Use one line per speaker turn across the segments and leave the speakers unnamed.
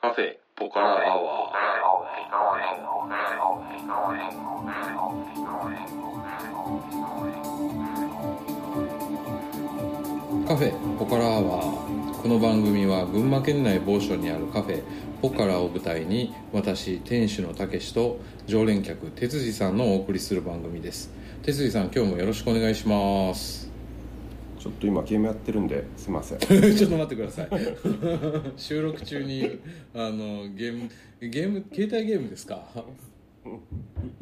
カフェポカラアワー
カフェポカラアワーこの番組は群馬県内某所にあるカフェポカラを舞台に私店主のたけしと常連客哲司さんのお送りする番組です哲司さん今日もよろしくお願いします
ちょっと今ゲームやってるんですいません
ちょっと待ってください収録中にあのゲームゲーム携帯ゲームですか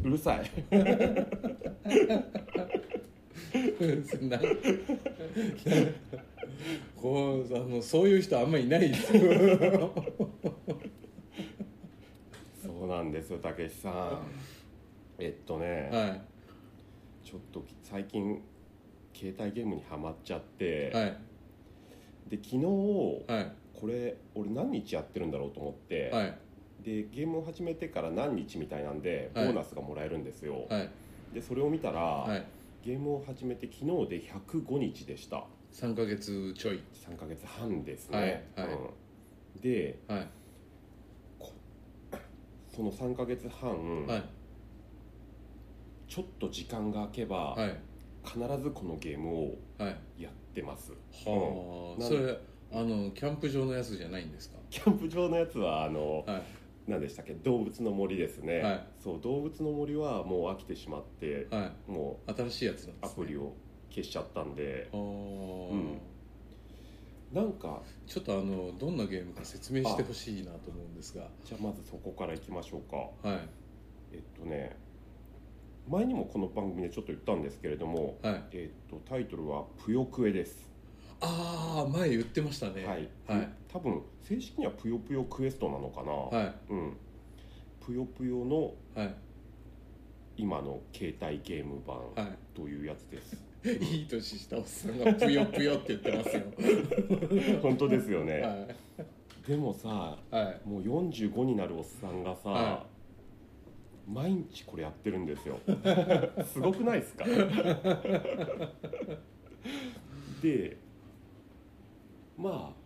うるさい
そんなこうあのそういう人あんまりいないですよ
そうなんですよたけしさんえっとね、
は
ちょっと最近携帯ゲームにはまっちゃって、
いはい
で昨日、こ
はい
れ俺何日やってるんだろうと思って、
はい
でゲームを始めてから何日みたいなんでボ
はい
ーナスがもらえるんですよ、
はい
でそれを見たら、
はい
ゲームを始めて昨日で105日でした
3ヶ月ちょい
3ヶ月半ですね、
はいはい
うん、で
はい
その3ヶ月半、
はい
ちょっと時間が空けば、
はい
必ずこのゲームを
はい
やってます
はあ
なん
それあのキャンプ場のやつじゃないんですか
キャンプ場のやつはあの、
はい
何でしたっけ動物の森ですね、
はい
そう動物の森はもう飽きてしまって
は
も
い新しいやつなんです、ね、
うアプリを消しちゃったんで
あー
うんなんか
ちょっとあのどんなゲームか説明してほしいなと思うんですが
じゃあまずそこからいきましょうか
はい
えっとね前にもこの番組でちょっと言ったんですけれども、
はい
えっと、タイトルは「ぷよくえ」です、
ああ前言ってましたね
はい、
はい
多分正式には「ぷよぷよクエスト」なのかな、
はい
うんぷよぷよの
はい
今の携帯ゲーム版
はい
というやつです、
いい年したおっさんがぷよぷよって言っ てますよ。
本当ですよね、
は
でもさ
い。はい。
もう45になるおっさんがさ、
は
毎日これやってるんです よすごくないですかでまあ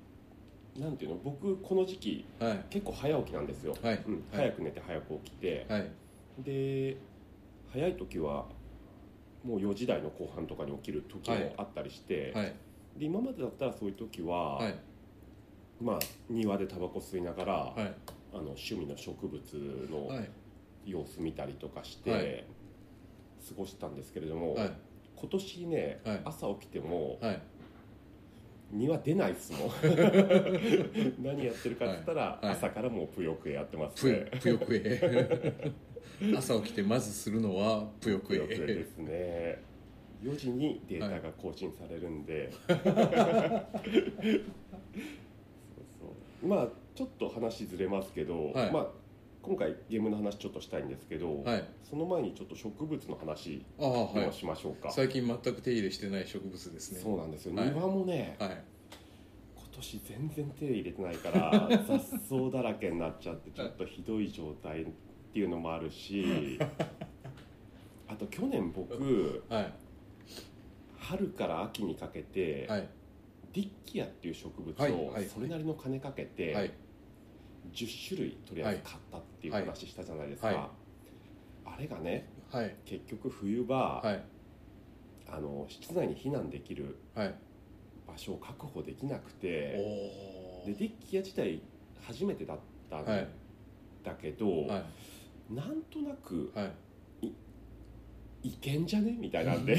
なんていうの僕この時期
はい。
結構早起きなんですよ、
はい。
うん、早く寝て早く起きて、
はい。
で早い時はもう4時台の後半とかに起きる時もあったりして、
はい。
で今までだったらそういう時は、
はい。
まあ、庭でタバコ吸いながら、
はい。
あの趣味の植物
は
の
い。
様子見たりとかして、
はい
過ごしたんですけれども、
はい。
今年ね、
はい
朝起きても
はい。
庭出ないっす もん何やってるかって言ったら、
いはい
朝からもうぷよくやってます
ぷよ
ね、
ぷよくえ。 朝起きてまずするのはぷよく
ぷよくで
え。
すね4時にデータが更新されるんで、そうそうまあちょっと話ずれますけど、
はい
まあ今回ゲームの話ちょっとしたいんですけど、
はい。
その前にちょっと植物の話
ああ、は
を
い。
しましょうか、
最近全く手入れしてない植物ですね。
そうなんですよ、
はい
庭もね
はい。
今年全然手入れてないから 雑草だらけになっちゃってちょっとひどい状態っていうのもあるしあと去年 僕
はい。
春から秋にかけて、
はい。
ディッキアっていう植物
はい
を
はい
それなりの金かけ
は
て
い。
10種類とりあえず買ったっていう
はい
話したじゃないですか、
はい
あれがね
はい。
結局冬場、
はい。
あの室内に避難できる
はい。
場所を確保できなく
お
て
お
でディッキア自体初めてだったん
はい
だけど、
はい。
なんとなく
はい。
いけんじゃねみたい なんで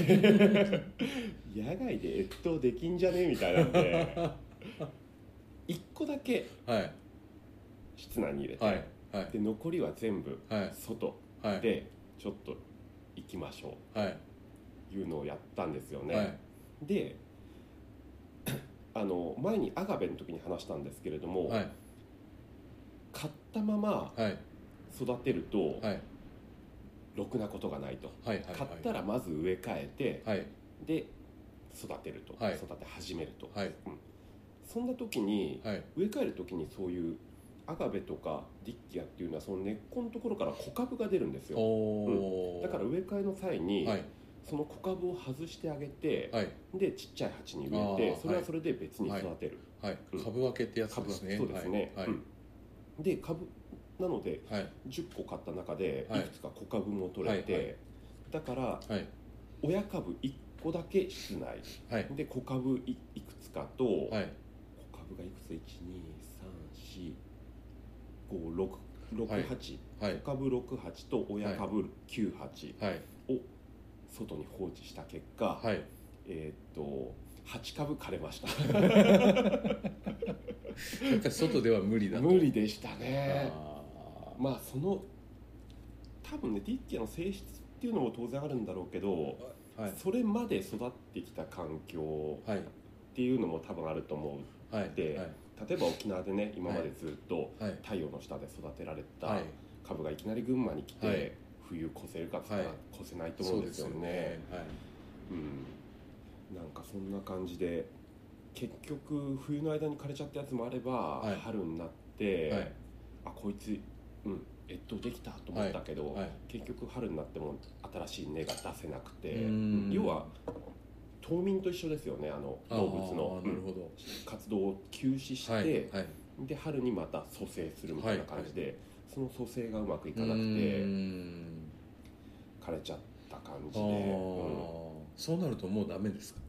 野外で越冬できんじゃねみたいなんで1個だけ
はい。
室内に入れて、
はい。はい。
で残りは全部
はい。
外
はい。
でちょっと行きましょ
はい。
ういうのをやったんですよね、
はい。
であの前にアガベの時に話したんですけれども、
はい。
買ったまま
はい。
育てると
はい。
ろくなことがないと、
はい。はい。
買ったらまず植え替えて
はい。
で育てると、
はい
育て始めると、
はい。
そんな時に
はい。
植え替える時にそういうアガベとかディッキアっていうのはその根っこのところから小株が出るんですよ
おお。
だから植え替えの際に、
はい。
その小株を外してあげて、
はい。
でちっちゃい鉢に植え
あ
て
ー
それは
はい
それで別に育てる、
はい
うん。
株分けってやつ
株
ですね。
そうですね、
はい。
うんで株なので
はい
10個買った中で
はい
いくつか小株も取れて、
はいは
だから
はい
親株1個だけしない
はい
で小株いいくつかと、
はい
小株がいくつ1234566
はい
8
はい
小株68と親株98
はい
を外に放置した結果、
はい
えーっと8株枯れました
やっぱり外では無理だと
無理でしたね
あー
まあその多分ねティッティアの性質っていうのも当然あるんだろうけど、
はい
それまで育ってきた環境
はい
っていうのも多分あると思う
はい
で
はい
例えば沖縄でね今までずっと
はい
太陽の下で育てられた
はい
株がいきなり群馬に来て、
はい
冬越せるかっつったら
はい
越せないと思うんですよね,、
はい
うん、なんかそんな感じで結局冬の間に枯れちゃったやつもあれば、
はい
春になって、
はい
あこいつうん越冬できたと思ったけど、
はい
結局春になっても新しい根が出せなくて
うん
要は冬眠と一緒ですよねあの
あー
動物の、
なる
うん
ほど
活動を休止して、
はいはい
で春にまた蘇生するみたいな感じで、その蘇生がうまくいかなくて
うーん
枯れちゃった感
あ
じで、うん
ーそうなるともうダメですか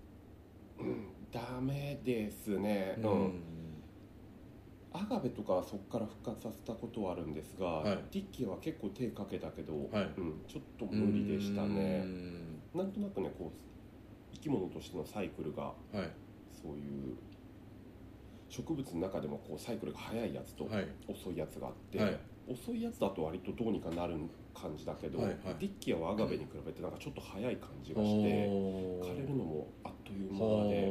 うんダメですね、うんアガベとかはそこから復活させたことはあるんですが、
はい
ディッキーは結構手かけたけど、
はい
うん、ちょっと
うん
無理でしたね
うー、ん
なんとなくねこう生き物としてのサイクルが
はい
そういう植物の中でもこうサイクルが速いやつと
はい
遅いやつがあって、
はい
遅いやつだと割とどうにかなる感じだけど、
はいはい
ディッキーはアガベに比べてなんかちょっと速い感じがして
おー
枯れるのもあっという間で。
は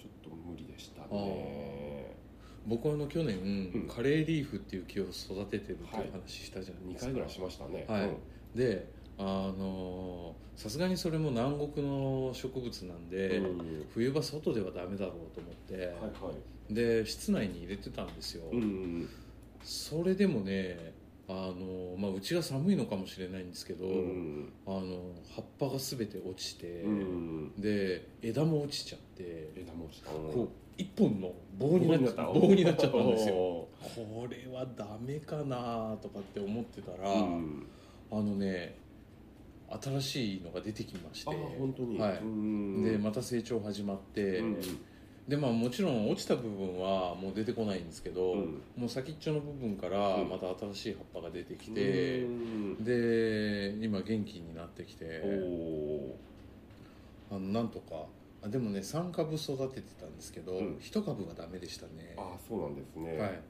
ちょっと無理でしたね
あ僕はあの去年、
うん
カレーリーフっていう木を育ててるってい
はいう
話したじゃない
2
です
回
か、
ぐらいしましたね、
はい
うん
であのーさすがにそれも南国の植物なんで、
うん
冬場外ではダメだろうと思って、
はいはい
で室内に入れてたんですよ、
うん
それでもねあのー、まあ、うちが寒いのかもしれないんですけど、
うん
あの葉っぱが全て落ちて、
うん
で枝も落ちちゃって
枝も落ちた
こう一本の棒になっちゃった棒になっちゃったんです
よ
よこれはダメかなとかって思ってたら、
うん
あのね新しいのが出てきまして
あ本当に、
はい
うん
でまた成長始まって、
うん
でまあもちろん落ちた部分はもう出てこないんですけど、
うん
もう先っちょの部分から
うん
また新しい葉っぱが出てきて
う、ん
で今元気になってきて
おお
あのなんとかあでもね3株育ててたんですけど、
うん
一1株がダメでしたね
あそうなんですね
はい、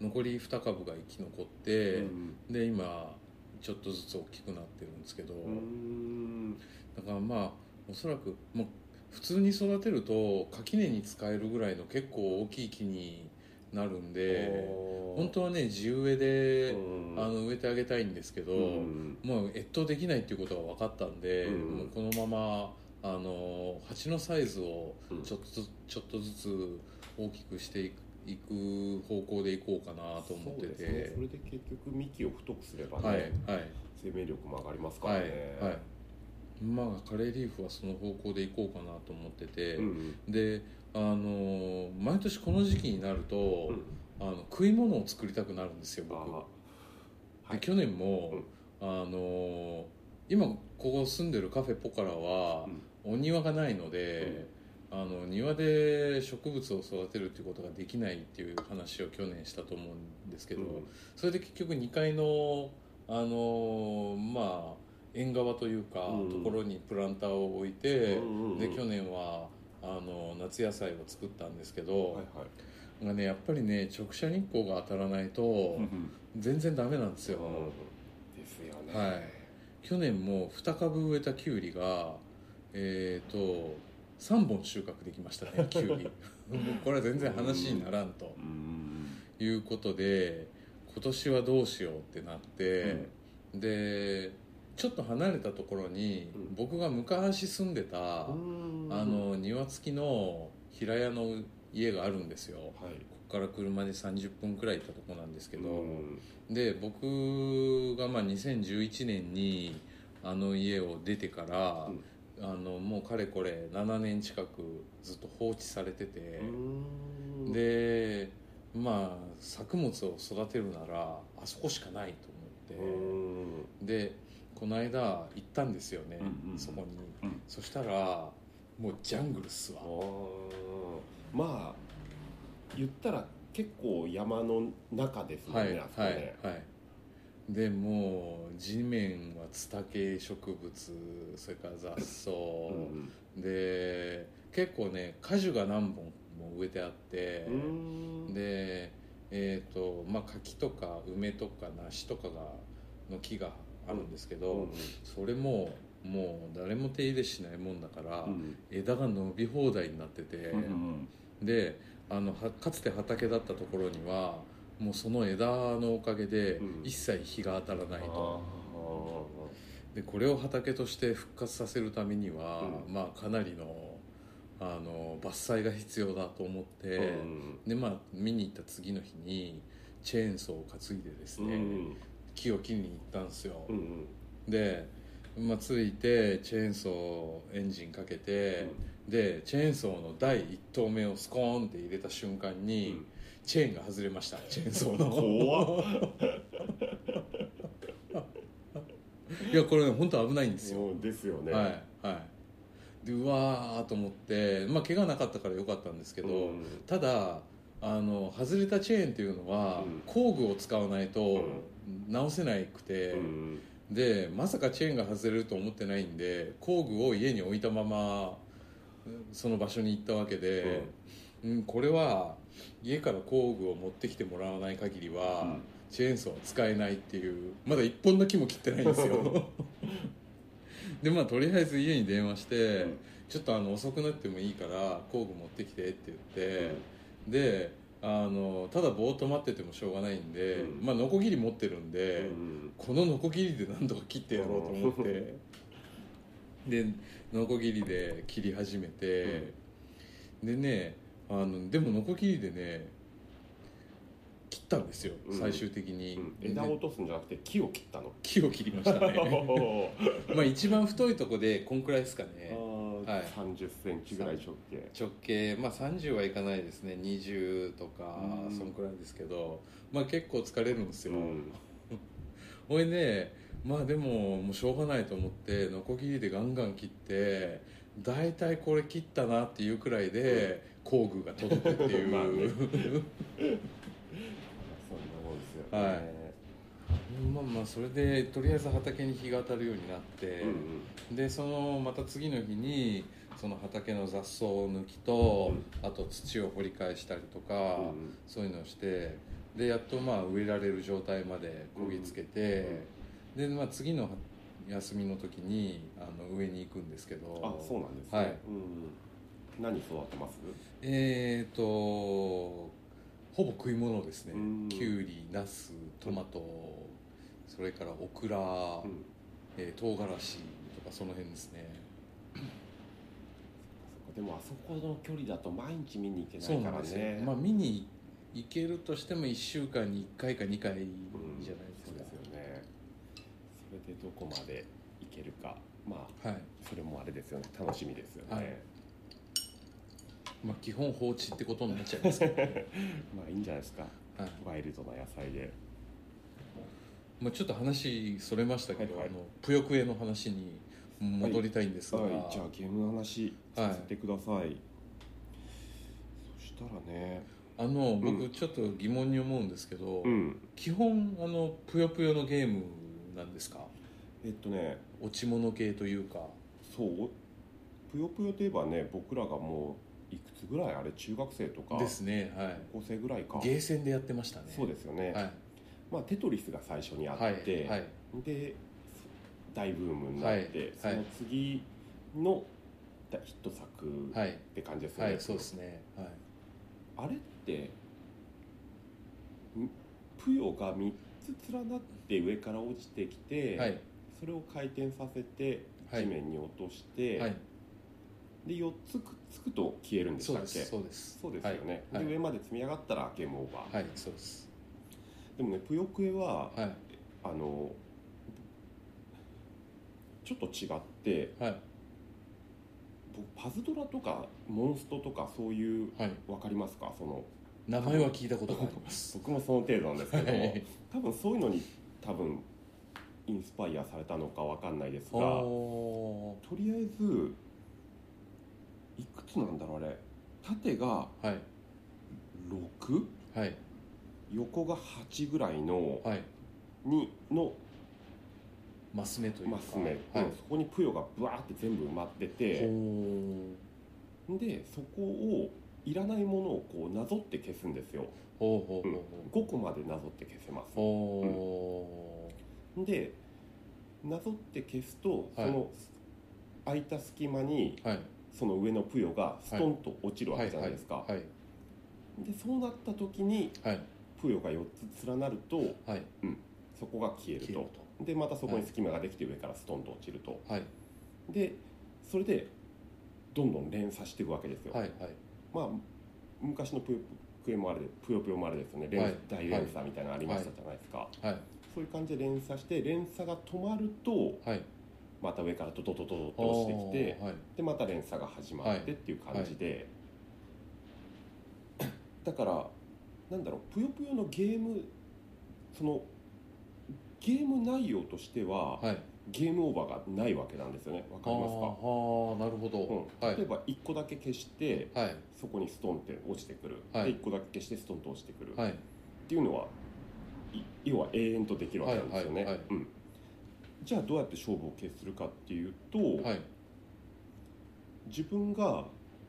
残り2株が生き残って、
うん
で今ちょっとずつ大きくなってるんですけど、
うん
だからまあおそらくもう普通に育てると垣根に使えるぐらいの結構大きい木になるんで本当はね地植えで、
うん
あの植えてあげたいんですけど、
うん
もう越冬できないっていうことが分かったんで、
うん
もうこのままあの鉢のサイズを
うん
ちょっとずつちょっとずつ大きくしていくいく方向でいこうかなと思っ
そ
て
う
て、
ですねそれで結局幹を太くすればね、
はいはい
生命力も上がりますか
は
ら
い
ね、
はいまあカレーリーフはその方向でいこうかなと思ってて、
うん
であのー毎年この時期になると、
うん
あの食い物を作りたくなるんですよ
あ
僕、
は
で
い
去年も、あのー今ここ住んでるカフェポカラは
うん、
お庭がないので、あの庭で植物を育てるっていうことができないっていう話を去年したと思うんですけど、それで結局2階のあのーまあ縁側というか、
うん
ところにプランターを置いて、
うん
で去年はあの夏野菜を作ったんですけど、
はいはい
がねやっぱりね直射日光が当たらないと全然ダメなんですよ、
ですよね
はい去年も2株植えたキュウリがえっ、と3本収穫できました ねキュウリもうこれは全然話にならんと
うん
いうことで今年はどうしようってなって、でちょっと離れたところに、
うん
僕が昔住んでた、
うん
あの庭付きの平屋の家があるんですよ
はい
ここから車で30分くらい行ったとこなんですけど、
うん
で僕がまあ2011年にあの家を出てから、
うん
あのもうかれこれ7年近くずっと放置されてて、
うん
でまあ作物を育てるならあそこしかないと
う
思って
ん
でこの間行ったんですよね、
うんうん
そこに、
うん
そしたらもうジャングルっすわ
あーまあ言ったら結構山の中ですも
は
ん
い
ね、
は
あそ
い
こ
は
ね、
いでもう地面はツタ系植物それから雑草、
うん
で結構ね果樹が何本も植えてあって、
うん
でえっ、とまあ柿とか梅とか梨とかがの木があるんですけど、
うん
それももう誰も手入れしないもんだから、
うん
枝が伸び放題になってて、
うん
であのはかつて畑だったところにはもうその枝のおかげで
うん
一切日が当たらないと、
あー
でこれを畑として復活させるためには、
う
まあかなりのあの伐採が必要だと思って、
うん
でまあ見に行った次の日にチェーンソーを担いでですね、
うん
木を切りに行ったんですよ、
うん
で、まあ、ついてチェーンソーエンジンかけて、でチェーンソーの第1投目をスコーンって入れた瞬間に、
うん
チェーンが外れましたチェーンソーの
怖っ
いやこれね本当危ないんですよ、
そうですよね
はいはいでうわーと思ってまあ怪我なかったから良かったんですけど、
うん
ただあの外れたチェーンっていうのは、
うん
工具を使わないと直せなくて、
うん
でまさかチェーンが外れると思ってないんで工具を家に置いたままうんその場所に行ったわけで、うんこれは家から工具を持ってきてもらわない限りは、
うん
チェーンソーは使えないっていうまだ一本の木も切ってないんですよ でまあとりあえず家に電話して、
うん
ちょっとあの遅くなってもいいから工具持ってきてって言って、であのただぼーっと待っててもしょうがないんで、
うん
まあノコギリ持ってるんで、
うん
このノコギリで何とか切ってやろうと思ってでノコギリで切り始めて、でねあのでもノコギリでね切ったんですよ、
うん
最終的に、
うん
でね
枝を落とすんじゃなくて木を切ったの
木を切りましたね まあ一番太いとこでこんくらいですかねはい
三十センチぐらい直径。
直径まあ30はいかないですね20とか
うん
そんくらいですけどまあ結構疲れるんですよ、
うん
ほいでまあでももうしょうがないと思ってノコギリでガンガン切って大体これ切ったなっていうくらいで工具が届くってい
まあね
う
そんなもんですよね。
はまあまあそれでとりあえず畑に日が当たるようになって、
うんうん
でそのまた次の日にその畑の雑草抜きと、あと土を掘り返したりとか、
うん
そういうのをしてでやっとまあ植えられる状態までこぎつけて、で、まあ、次の休みの時にあの植えに行くんですけど
あ、そうなんですね。
はい
うんうん。何育てます？
えっ、とほぼ食い物ですね、
うん
きゅうりなすトマトそれからオクラ、
うん。
えー唐辛子とかその辺ですね
そっかでもあそこの距離だと毎日見に行け
そ
な
う
いか
なん
ら
ですよ
ね。
まあ見に行けるとしても1週間に1回か2
う
回じゃ
ん
ないです
そう
か
です、よね。それでどこまで行けるか、まあ
はい
それもあれですよね。楽しみですよね。
はいまあ、基本放置ってことになっちゃいますけど、
まあいいんじゃないですか。
はい
ワイルドな野菜で。
まあ、ちょっと話それましたけど、
はいはい
あのぷよくえの話に戻りたいんですが、
はい、じゃあゲームの話
はい
させてください、そしたらね
あの
う
僕ちょっと疑問に思うんですけど、
うん
基本あのぷよぷよのゲームなんですか
えっとね
落ち物系というか
そうぷよぷよといえばね僕らがもういくつぐらいあれ中学生とか
ですねはい
高校生ぐらいか
ゲーセンでやってましたね
そうですよね、
はい
まあテトリスが最初にあって、
はいはい
で大ブームになって、
はい
その次のヒット作
は
っ
い、
て感じですよ
は
ね、
い、そうですねはい
あれってんぷよが3つ連なって上から落ちてきて、
はい
それを回転させて
はい
地面に落として、
はい
で4つくっつくと消えるんでし
そう
たっ
で
け
すそうです
そうですよね、
は
で
いはい
上まで積み上がったらゲームオーバー、
はいそうです
でもねぷよくえは、
はい
あのちょっと違って
はい
僕パズドラとかモンストとかそういう
はい
分かりますかその
名前は聞いたことがありま す
僕もその程度なんですけど も、
はい
多分そういうのに多分インスパイアされたのかわかんないですが
お
とりあえずいくつなんだろうあれ縦が
ーはい
6
はい
横が8ぐらいの
はい
にの
マス目というか
マス目、
はい
うんそこにプヨがブワーって全部埋まってて
ほ
でそこをいらないものをこうなぞって消すんですよ
うほうほうほう
5個までなぞって消せます
ほ
でなぞって消すと、
はい
その空いた隙間に
うはい
その上のプヨがストンと落ちるわけじゃないですか、
はい
でそうなった時に
はい
プヨが4つ連なると
はい
そこが消える
消える
とでまたそこに隙間ができて上からストンと落ちると、
はい
でそれでどんどん連鎖していくわけですよ、
はいはい
まあ昔のぷよぷよもあれでぷよぷよもあれですよね、連
はい
大連鎖みたいなのありましたじゃないですか、
はい
そういう感じで連鎖して連鎖が止まると
はい
また上からドドドドドって落ちてきて
はい
でまた連鎖が始まってっていう感じで、 だからなんだろうぷよぷよのゲームそのゲーム内容としては、
はい
ゲームオーバーがないわけなんですよねわかりますか
ああなるほど、
うん
はい
例えば1個だけ消して
はい
そこにストンって落ちてくる、
はい
で1個だけ消してストンと落ちてくる、っ
はい
ていうのはい要は永遠とできるわけなんですよね、
はいはいはい
うん、じゃあどうやって勝負を決するかっていうと、
はい
自分が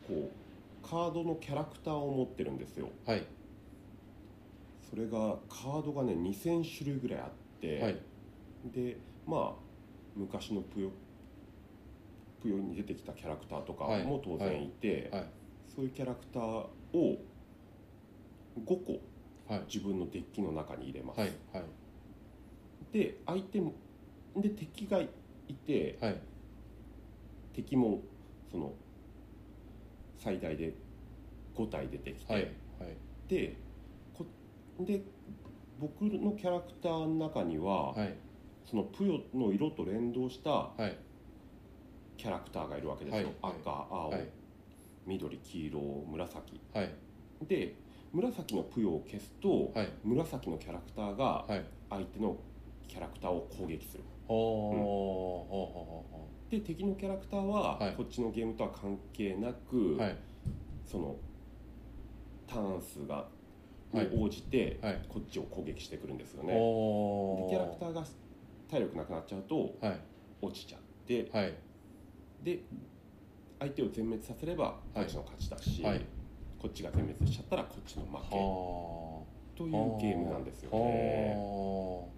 こうカードのキャラクターを持ってるんですよ
はい
それがカードがね2000種類ぐらいあって、
はい
でまあ昔のぷよぷよに出てきたキャラクターとか
はい
も当然いて、
はい
そういうキャラクターを5個
はい
自分のデッキの中に入れます、
はいはい
で相手もで敵がいて
はい
敵もその最大で5体出てきて、
はい
でこで僕のキャラクターの中には、
はい
そのプヨの色と連動した
はい
キャラクターがいるわけですよ、
はい
赤青、
はい
緑黄色紫
はい
で紫のプヨを消すと、
はい
紫のキャラクターが
はい
相手のキャラクターを攻撃する
ほうほうほ
で敵のキャラクターは、
はい
こっちのゲームとは関係なく、
うはい
そのターン数がに
はい
応じて、
はい
こっちを攻撃してくるんですよね、
お
でキャラクターが体力なくなっちゃうと
ーはい
落ちちゃって
はい
で相手を全滅させればこっちの勝ちだし、
はい
こっちが全滅しちゃったらこっちの負け
は
というゲームなんですよ
あ
ね。
はあ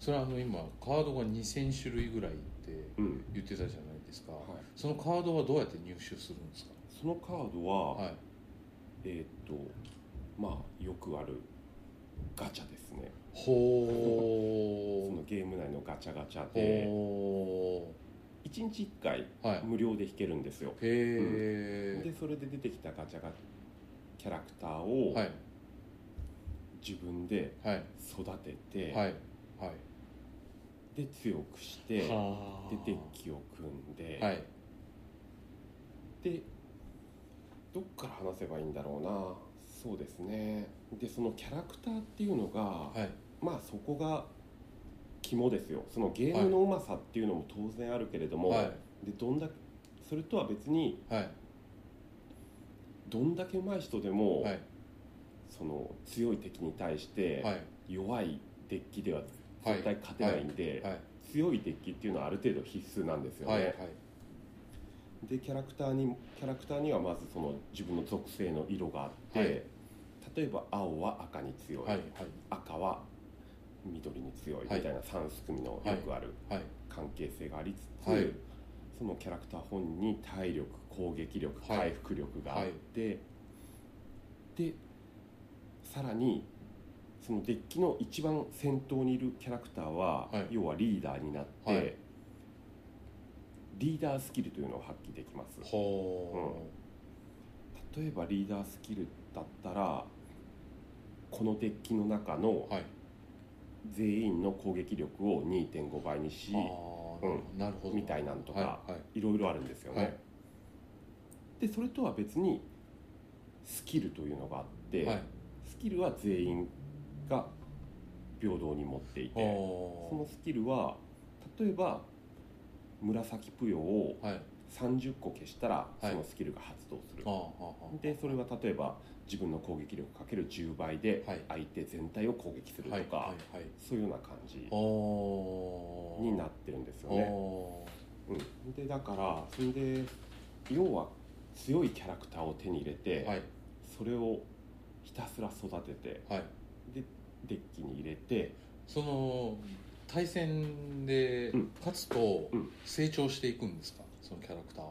それはあの今カードが2000種類ぐらいって
うん
言ってたじゃないですか、
はい、
そのカードはどうやって入手するんですか
そのカードは、
はい
えーっとまあよくあるガチャですねそ
ほ
のゲーム内のガチャガチャ
う
で
ほ
1日1回
うはい
無料で弾けるんですよ
へえ
で、それで出てきたガチャガチャキャラクターを
はい
自分で
はい
育てて、
はいは
で強くして
い
で
はあ
デッキを組んで、
はい
でどっから話せばいいんだろうなそうですねでそのキャラクターっていうのが、
はい
まあそこが肝ですよそのゲームのうまさっていうのも当然あるけれども、
はい
でどんだけそれとは別に
はい
どんだけ上手い人でも、
はい
その強い敵に対して
はい
弱いデッキでは絶対勝てないんで、
はい
強いデッキっていうのはある程度必須なんですよね、
はいはい
でキャラクターにキャラクターにはまずその自分の属性の色があって、
はい
例えば青は赤に強い、
はい
赤は緑に強いみたいな3組のよくある
はい
関係性がありつつ、
はい
そのキャラクター本人に体力攻撃力
はい
回復力があって、でさらにそのデッキの一番先頭にいるキャラクターは、
はい
要はリーダーになって、
はい
リーダースキルというのを発揮できます
ほ
例えばリーダースキルだったらこのデッキの中の
うはい
全員の攻撃力を2.5倍にし
ああ、
う
なるほど
みたいなんとか
はい
ろいろあるんですよね、
はい
でそれとは別にスキルというのがあって、
いはいはい
スキルは全員が平等に持っていてその
お
スキルは例えば紫ぷよを
ーはいあ
30個消したら
い
そのスキルが発動する、
ーはーはー
でそれは例えば自分の攻撃力かける10倍で
はい
相手全体を攻撃すると
はい
か、
はいはい
そういうような感じ
おー
になってるんですよね。
お
うん、でだからそれで要は強いキャラクターを手に入れて、
ーはい
それをひたすら育てて
はい
でデッキに入れて
その対戦で
うん
勝つと
うん
成長していくんですかそのキャラクターは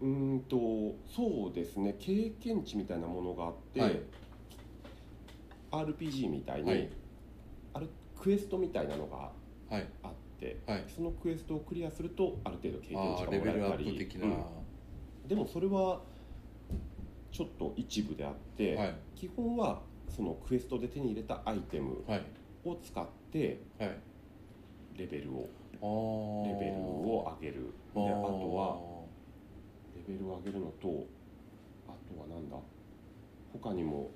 うーんとそうですね経験値みたいなものがあって、
はい
RPG みたいに、
はい
あるクエストみたいなのが
はい
あって
はい
そのクエストをクリアするとある程度経験
あ
値がもら
ーレベ
え
ルア
た
ップ
り
的、な、
うんでもそれはちょっと一部であって、
はい
基本はそのクエストで手に入れたアイテム
はい
を使って
はい
レベルを
あー
レベルを上げるであ
ー
とはレベルを上げるのとあとはなんだ他にも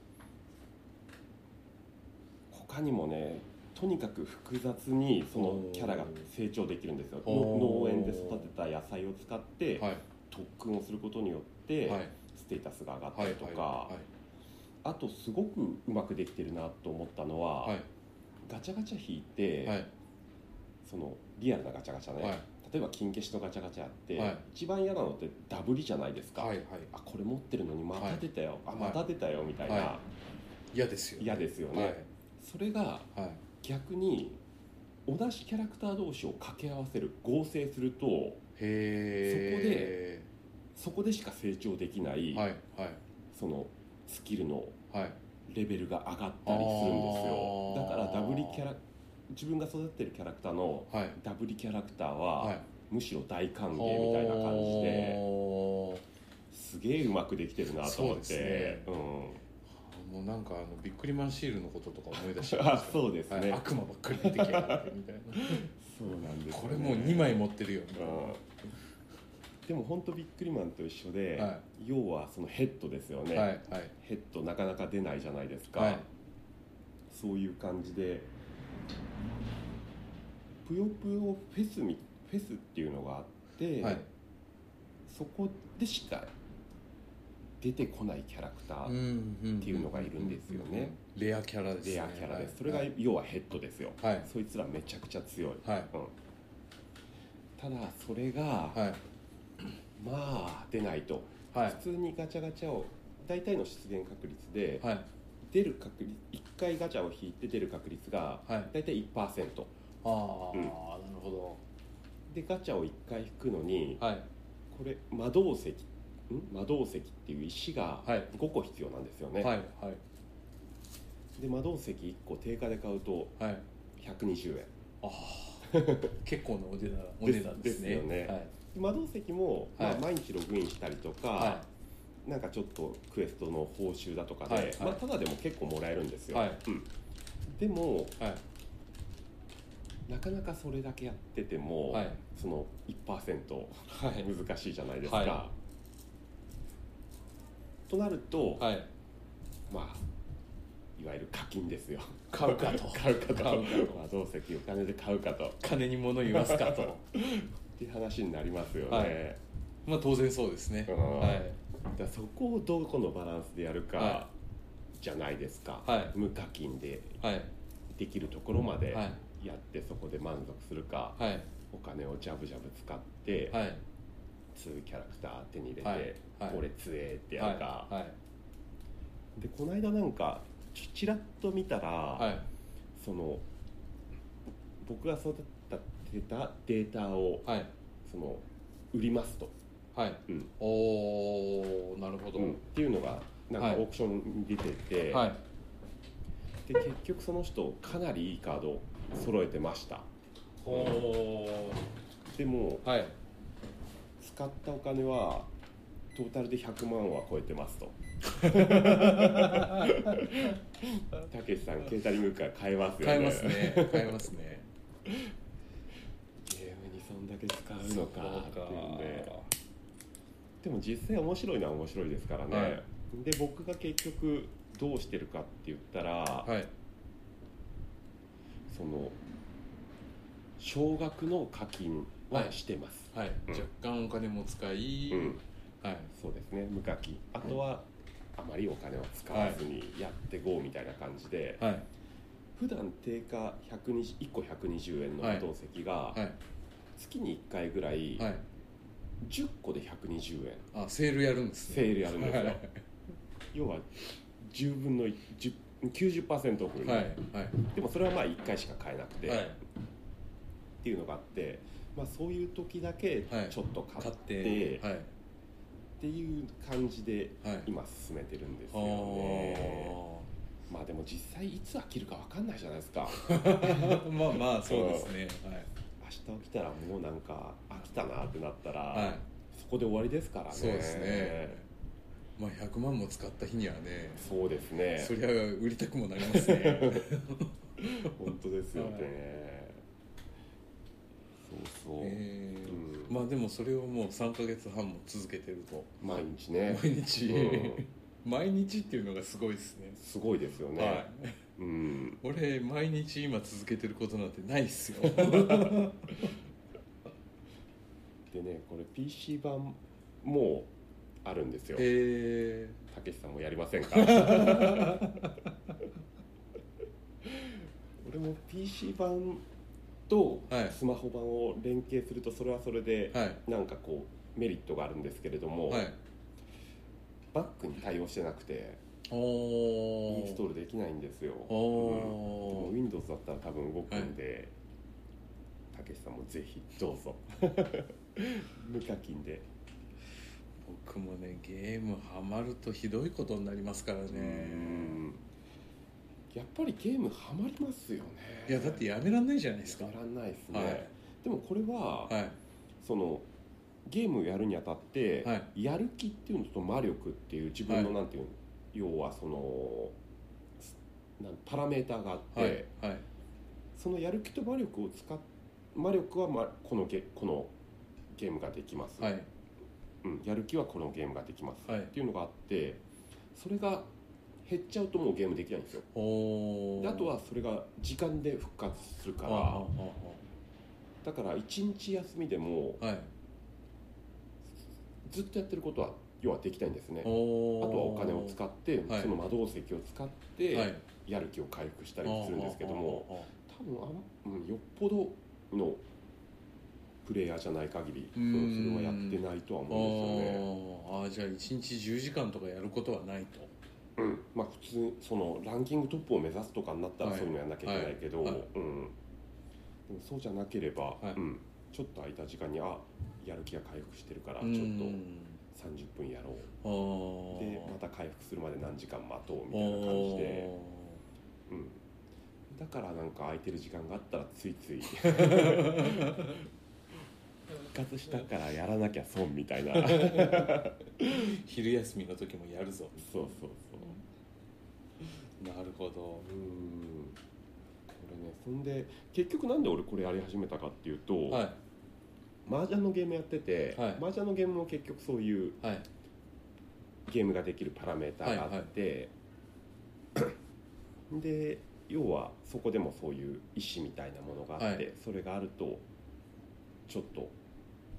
他にもねとにかく複雑にそのキャラが成長できるんですよの
お
農
ー
園で育てた野菜を使って
はい
特訓をすることによって
はい
ステータスが上がっ
は
た
い
りとかあとすごくうまくできてるなと思ったのは、
はい
ガチャガチャ引い
は
て、
いはい
そのリアルなガチャガチャね、
はい
例えば金消しのガチャガチャやって、
はい
一番嫌なのってダブりじゃないですか、
はいはい
あこれ持ってるのにまた出たよ、
い
あまた出たよみたいな、
は嫌ですよ
嫌ですよね、それが
はいはい
逆に同じキャラクター同士を掛け合わせる合成すると
へえ
そこでしか成長できない、
はいはい
そのスキルの
はい
レベルが上がったりするんですよ
あ
だ
ー
からダブりキャラ自分が育ってるキャラクターの
はい
ダブりキャラクターは、
はい
むしろ大歓迎みたいな感じで
おー
すげえうまくできてるなと思って
そうですね
うん、
もうなんかあのビックリマンシールのこととか思い出しちゃいま
あ
した
そうですね、
はい悪魔ばっかり出てきやがってみたい
そうなんです
な
よね、
これもう2枚持ってるよみ
う
たいなん
でも本当ビックリマンと一緒で、
は
要はそのヘッドですよね、
はいはい
ヘッドなかなか出ないじゃないですか、
はい
そういう感じでぷよぷよフェスみフェスっていうのがあって、
はい
そこでしか出てこないキャラクター、
っ
っていうのがいるんですよね
レアキャラですね
レアキャラです、それ
は
が
い
要はヘッドですよ、
はい
そいつらめちゃくちゃ強い
はい
ただそれが、
はい
まあ出ないと、
はい
普通にガチャガチャを大体の出現確率で、
はい
出る確率1回ガチャを引いて出る確率が
はい
大体1%
ああ、
うん
なるほ
でガチャを1回引くのに
どはい
これ魔導石ん魔導石っていう石が
はい
5個必要なんですよね、
はいはい
で魔導石1個定価で買うと
はい
120円で
あ あ結構なお値段お値段ですね
ですよね
はい
魔導石も、まあ
はい
毎日ログインしたりとか、
は
なんかちょっとクエストの報酬だとかで、
はいはい
まあ、ただでも結構もらえるんです
い
よ、
はい
でも
はい
なかなかそれだけやってても、
はい
その1%
はい
難しいじゃないですか、
は
となると、
はい
まあいわゆる課金ですよ
買うかと
買うかと
買うかと
まあ、どうせお金で買うかとっ
金に物言わす かと
ていう話になりますよね、
はいまあ当然そうですね
うん
はい
だからそこをどこのバランスでやるか、
は
じゃないですか、
はい
無課金で
はい
できるところまで
はい
やってそこで満足するか、
はい
お金をジャブジャブ使って、
はい
2キャラクター手に入れて、
はいはい
俺強えってや
は
る
い
か、
はい
でこの間なんかちょちらっと見たら、
はい
その僕が育てたデータを
はい
その売りますと、
はい
うん
おーなるほど、
うんっていうのがなんか
はい
オークションに出てて、
はい
で結局その人かなりいいカード揃えてました
お
でも
はい
使ったお金はトータルで100万は超えてます とたけしさんケータリングから買えますよね
買えます ね買えますね
ゲームにそんだけ使うのかっていうんで
そ
でも実際面白いのは面白いですからね、
はい
で僕が結局どうしてるかって言ったら、
はい
その少額の課金はしてます、
はい、
うん
若干お金も使い、
うん、
はい
そうですね無課金あとは、あまりお金を使わずにやってこうみたいな感じで、
はい
普段定価120 1個120円の
はい
不動席が、
はい
月に1回ぐらい、
はい
10個で120円
あセールやるんですね
セールやるんですよ、
はい
要は10分の1 10 90%オフ、
はい
でもそれはまあ1回しか買えなくて、
はいは
っ
い
ていうのがあって、まあ、そういう時だけ
はい
ちょっと買
買
っ
って
て
はい
っていう感じで
はい
今進めてるんですよね
あ
まあでも実際いつ飽きるか分かんないじゃないですか
ー まあまあそうですね
明日起きたらもうなんか飽きたなってなったら、
はい、はい、
そこで終わりですからね
そうですねまあ100万も使った日にはね
そうですね
そりゃ売りたくもなりますね
本当ですよね、
はい
そうそう、
えー
うん
まあでもそれをもう3か月半も続けてると
毎日ね
毎日、
うん
毎日っていうのがすごいですね
すごいですよね、
はい
うん
俺毎日今続けてることなんてないっすよ
でねこれ PC 版もあるんですよ
え
たけしさんもやりません か俺も PC 版と
はい
スマホ版を連携するとそれはそれで
ー、はい
なんかこうメリットがあるんですけれども、
はい
バックに対応してなくて
お
インスト
お
ールできないんですよ、
お
うんでも
お
Windows だったら多分動くんで、たけしさんもぜひど うぞ無課金で、
僕もねゲームハマるとひどいことになりますから
う
ね
んやっぱりゲームハマりますよね
いやだってやめらんないじゃないですか
やらないですね、
はい
でもこれは、
はい
そのゲームをやるにあたって、
は
やる気っていうのと魔力っていう自分のな
は
んていうの、要はそのすなんパラメーターがあって、
はいはい
そのやる気と魔力を使っ魔力は、ま、このゲこのゲームができます、
はい
うん、やる気はこのゲームができます、
はい
っていうのがあってそれが減っちゃうともうゲームできないんですよ
お
で
お
あとはそれが時間で復活するか
あ
らだから一日休みでも
あはい
ずっとやってることは要はできないんですねあ
お
とはお金を
っ
使って、
はい
その魔導石を使ってて
はい
やる気を回復したりするんですけども
あーあーあーあ
多
ー
分あん、うん、よっぽどのプレイヤーじゃない限り
う
そ
ん
れはやってないとは
あ
思うんですよね、
ーあーじゃあ1日10時間とかやることはないと
うん、まあ普通そのランキングトップを目指すとかになったら
はい
そういうのやんなきゃいけないけど、
はいはい
うん、でもそうじゃなければ、
い
うん、ちょっと空いた時間にあやる気が回復してるからちょっと
うん
30分やろう
あー
でまた回復するまで何時間待とうみたいな感じで、うん、だからなんか空いてる時間があったらついつ い復活したからやらなきゃ損み たいなそう
おー昼休みの時もやるぞ
そうそう
なるほど
うんこれねそんで結局なんで俺これやり始めたかっていうと、
は
麻雀のゲームやってて、
はい
麻雀のゲームも結局そういう
いはい
ゲームができるパラメーターがあって、で要はそこでもそういう意思みたいなものがあって、
は
それがあるとちょっと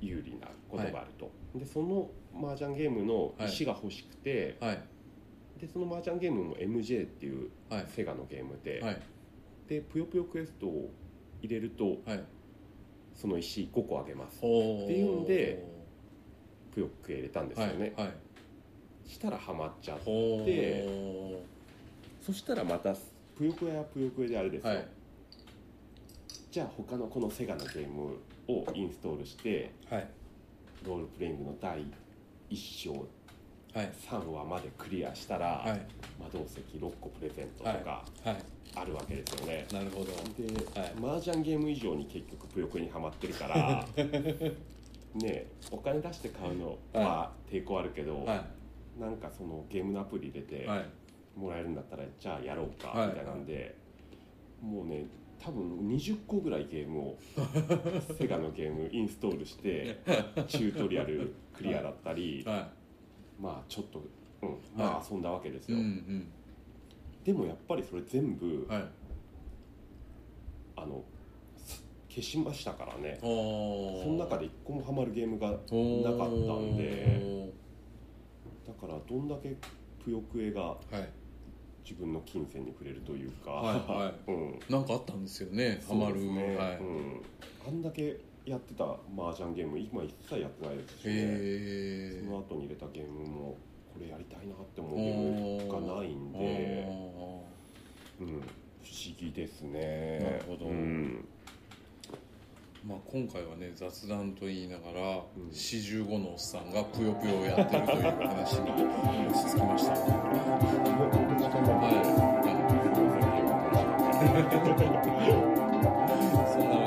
有利なことがあると、でその麻雀ゲームの石が欲しくて、
はい
でその麻雀ゲームも MJ っていう
はい
セガのゲームで、
はい
でぷよぷよクエストを入れると
はい
その石5個あげます
おー
っていうんでぷよクエ入れたんですよ
はい
ね、
はい
したらハマっちゃって
おー
でそしたらまたぷよくやはぷよくやであれですよ、
はい
じゃあ他のこのセガのゲームをインストールして
はい
ロールプレイングの第1章
はい
3話までクリアしたら、
はい
魔導石6個プレゼントとか
はい
あるわけですよね、
なるほど
で、
はい
麻雀ゲーム以上に結局ぷよくにはまってるから ねえお金出して買うのは抵抗あるけど、
は
なんかそのゲームのアプリ入れて、
いはい
もらえるんだったらじゃあやろうか
はい
みたいなんで、もうね多分20個ぐらいゲームを セガのゲームインストールしてチュートリアルクリアだったり、
は
まあちょっと、うん、まあ遊んだわけです
いうん
よ、
うん
でもやっぱりそれ全部、
はい
あのす消しましたからね
お
その中で一個もハマるゲームがだか
な
かったんでらどんだけぷよくえが
はい
自分の金銭に触れるというか、
はいは
うん
なんかあったんですよねハマ
そう
る、
ですね
はい、
うん、あんだけやってた麻雀ゲーム今一切やってないですしね、
へえ
その後に入れたゲームもこれやりたいなって思うゲームがないんで、うん、不思議ですね
なるほど
うん
まあ、今回はね雑談と言いながら、
ん
四十45のおっさんがぷよぷよをやってるという話に落ち着きましたは
もう時間がない
い、はい、そんな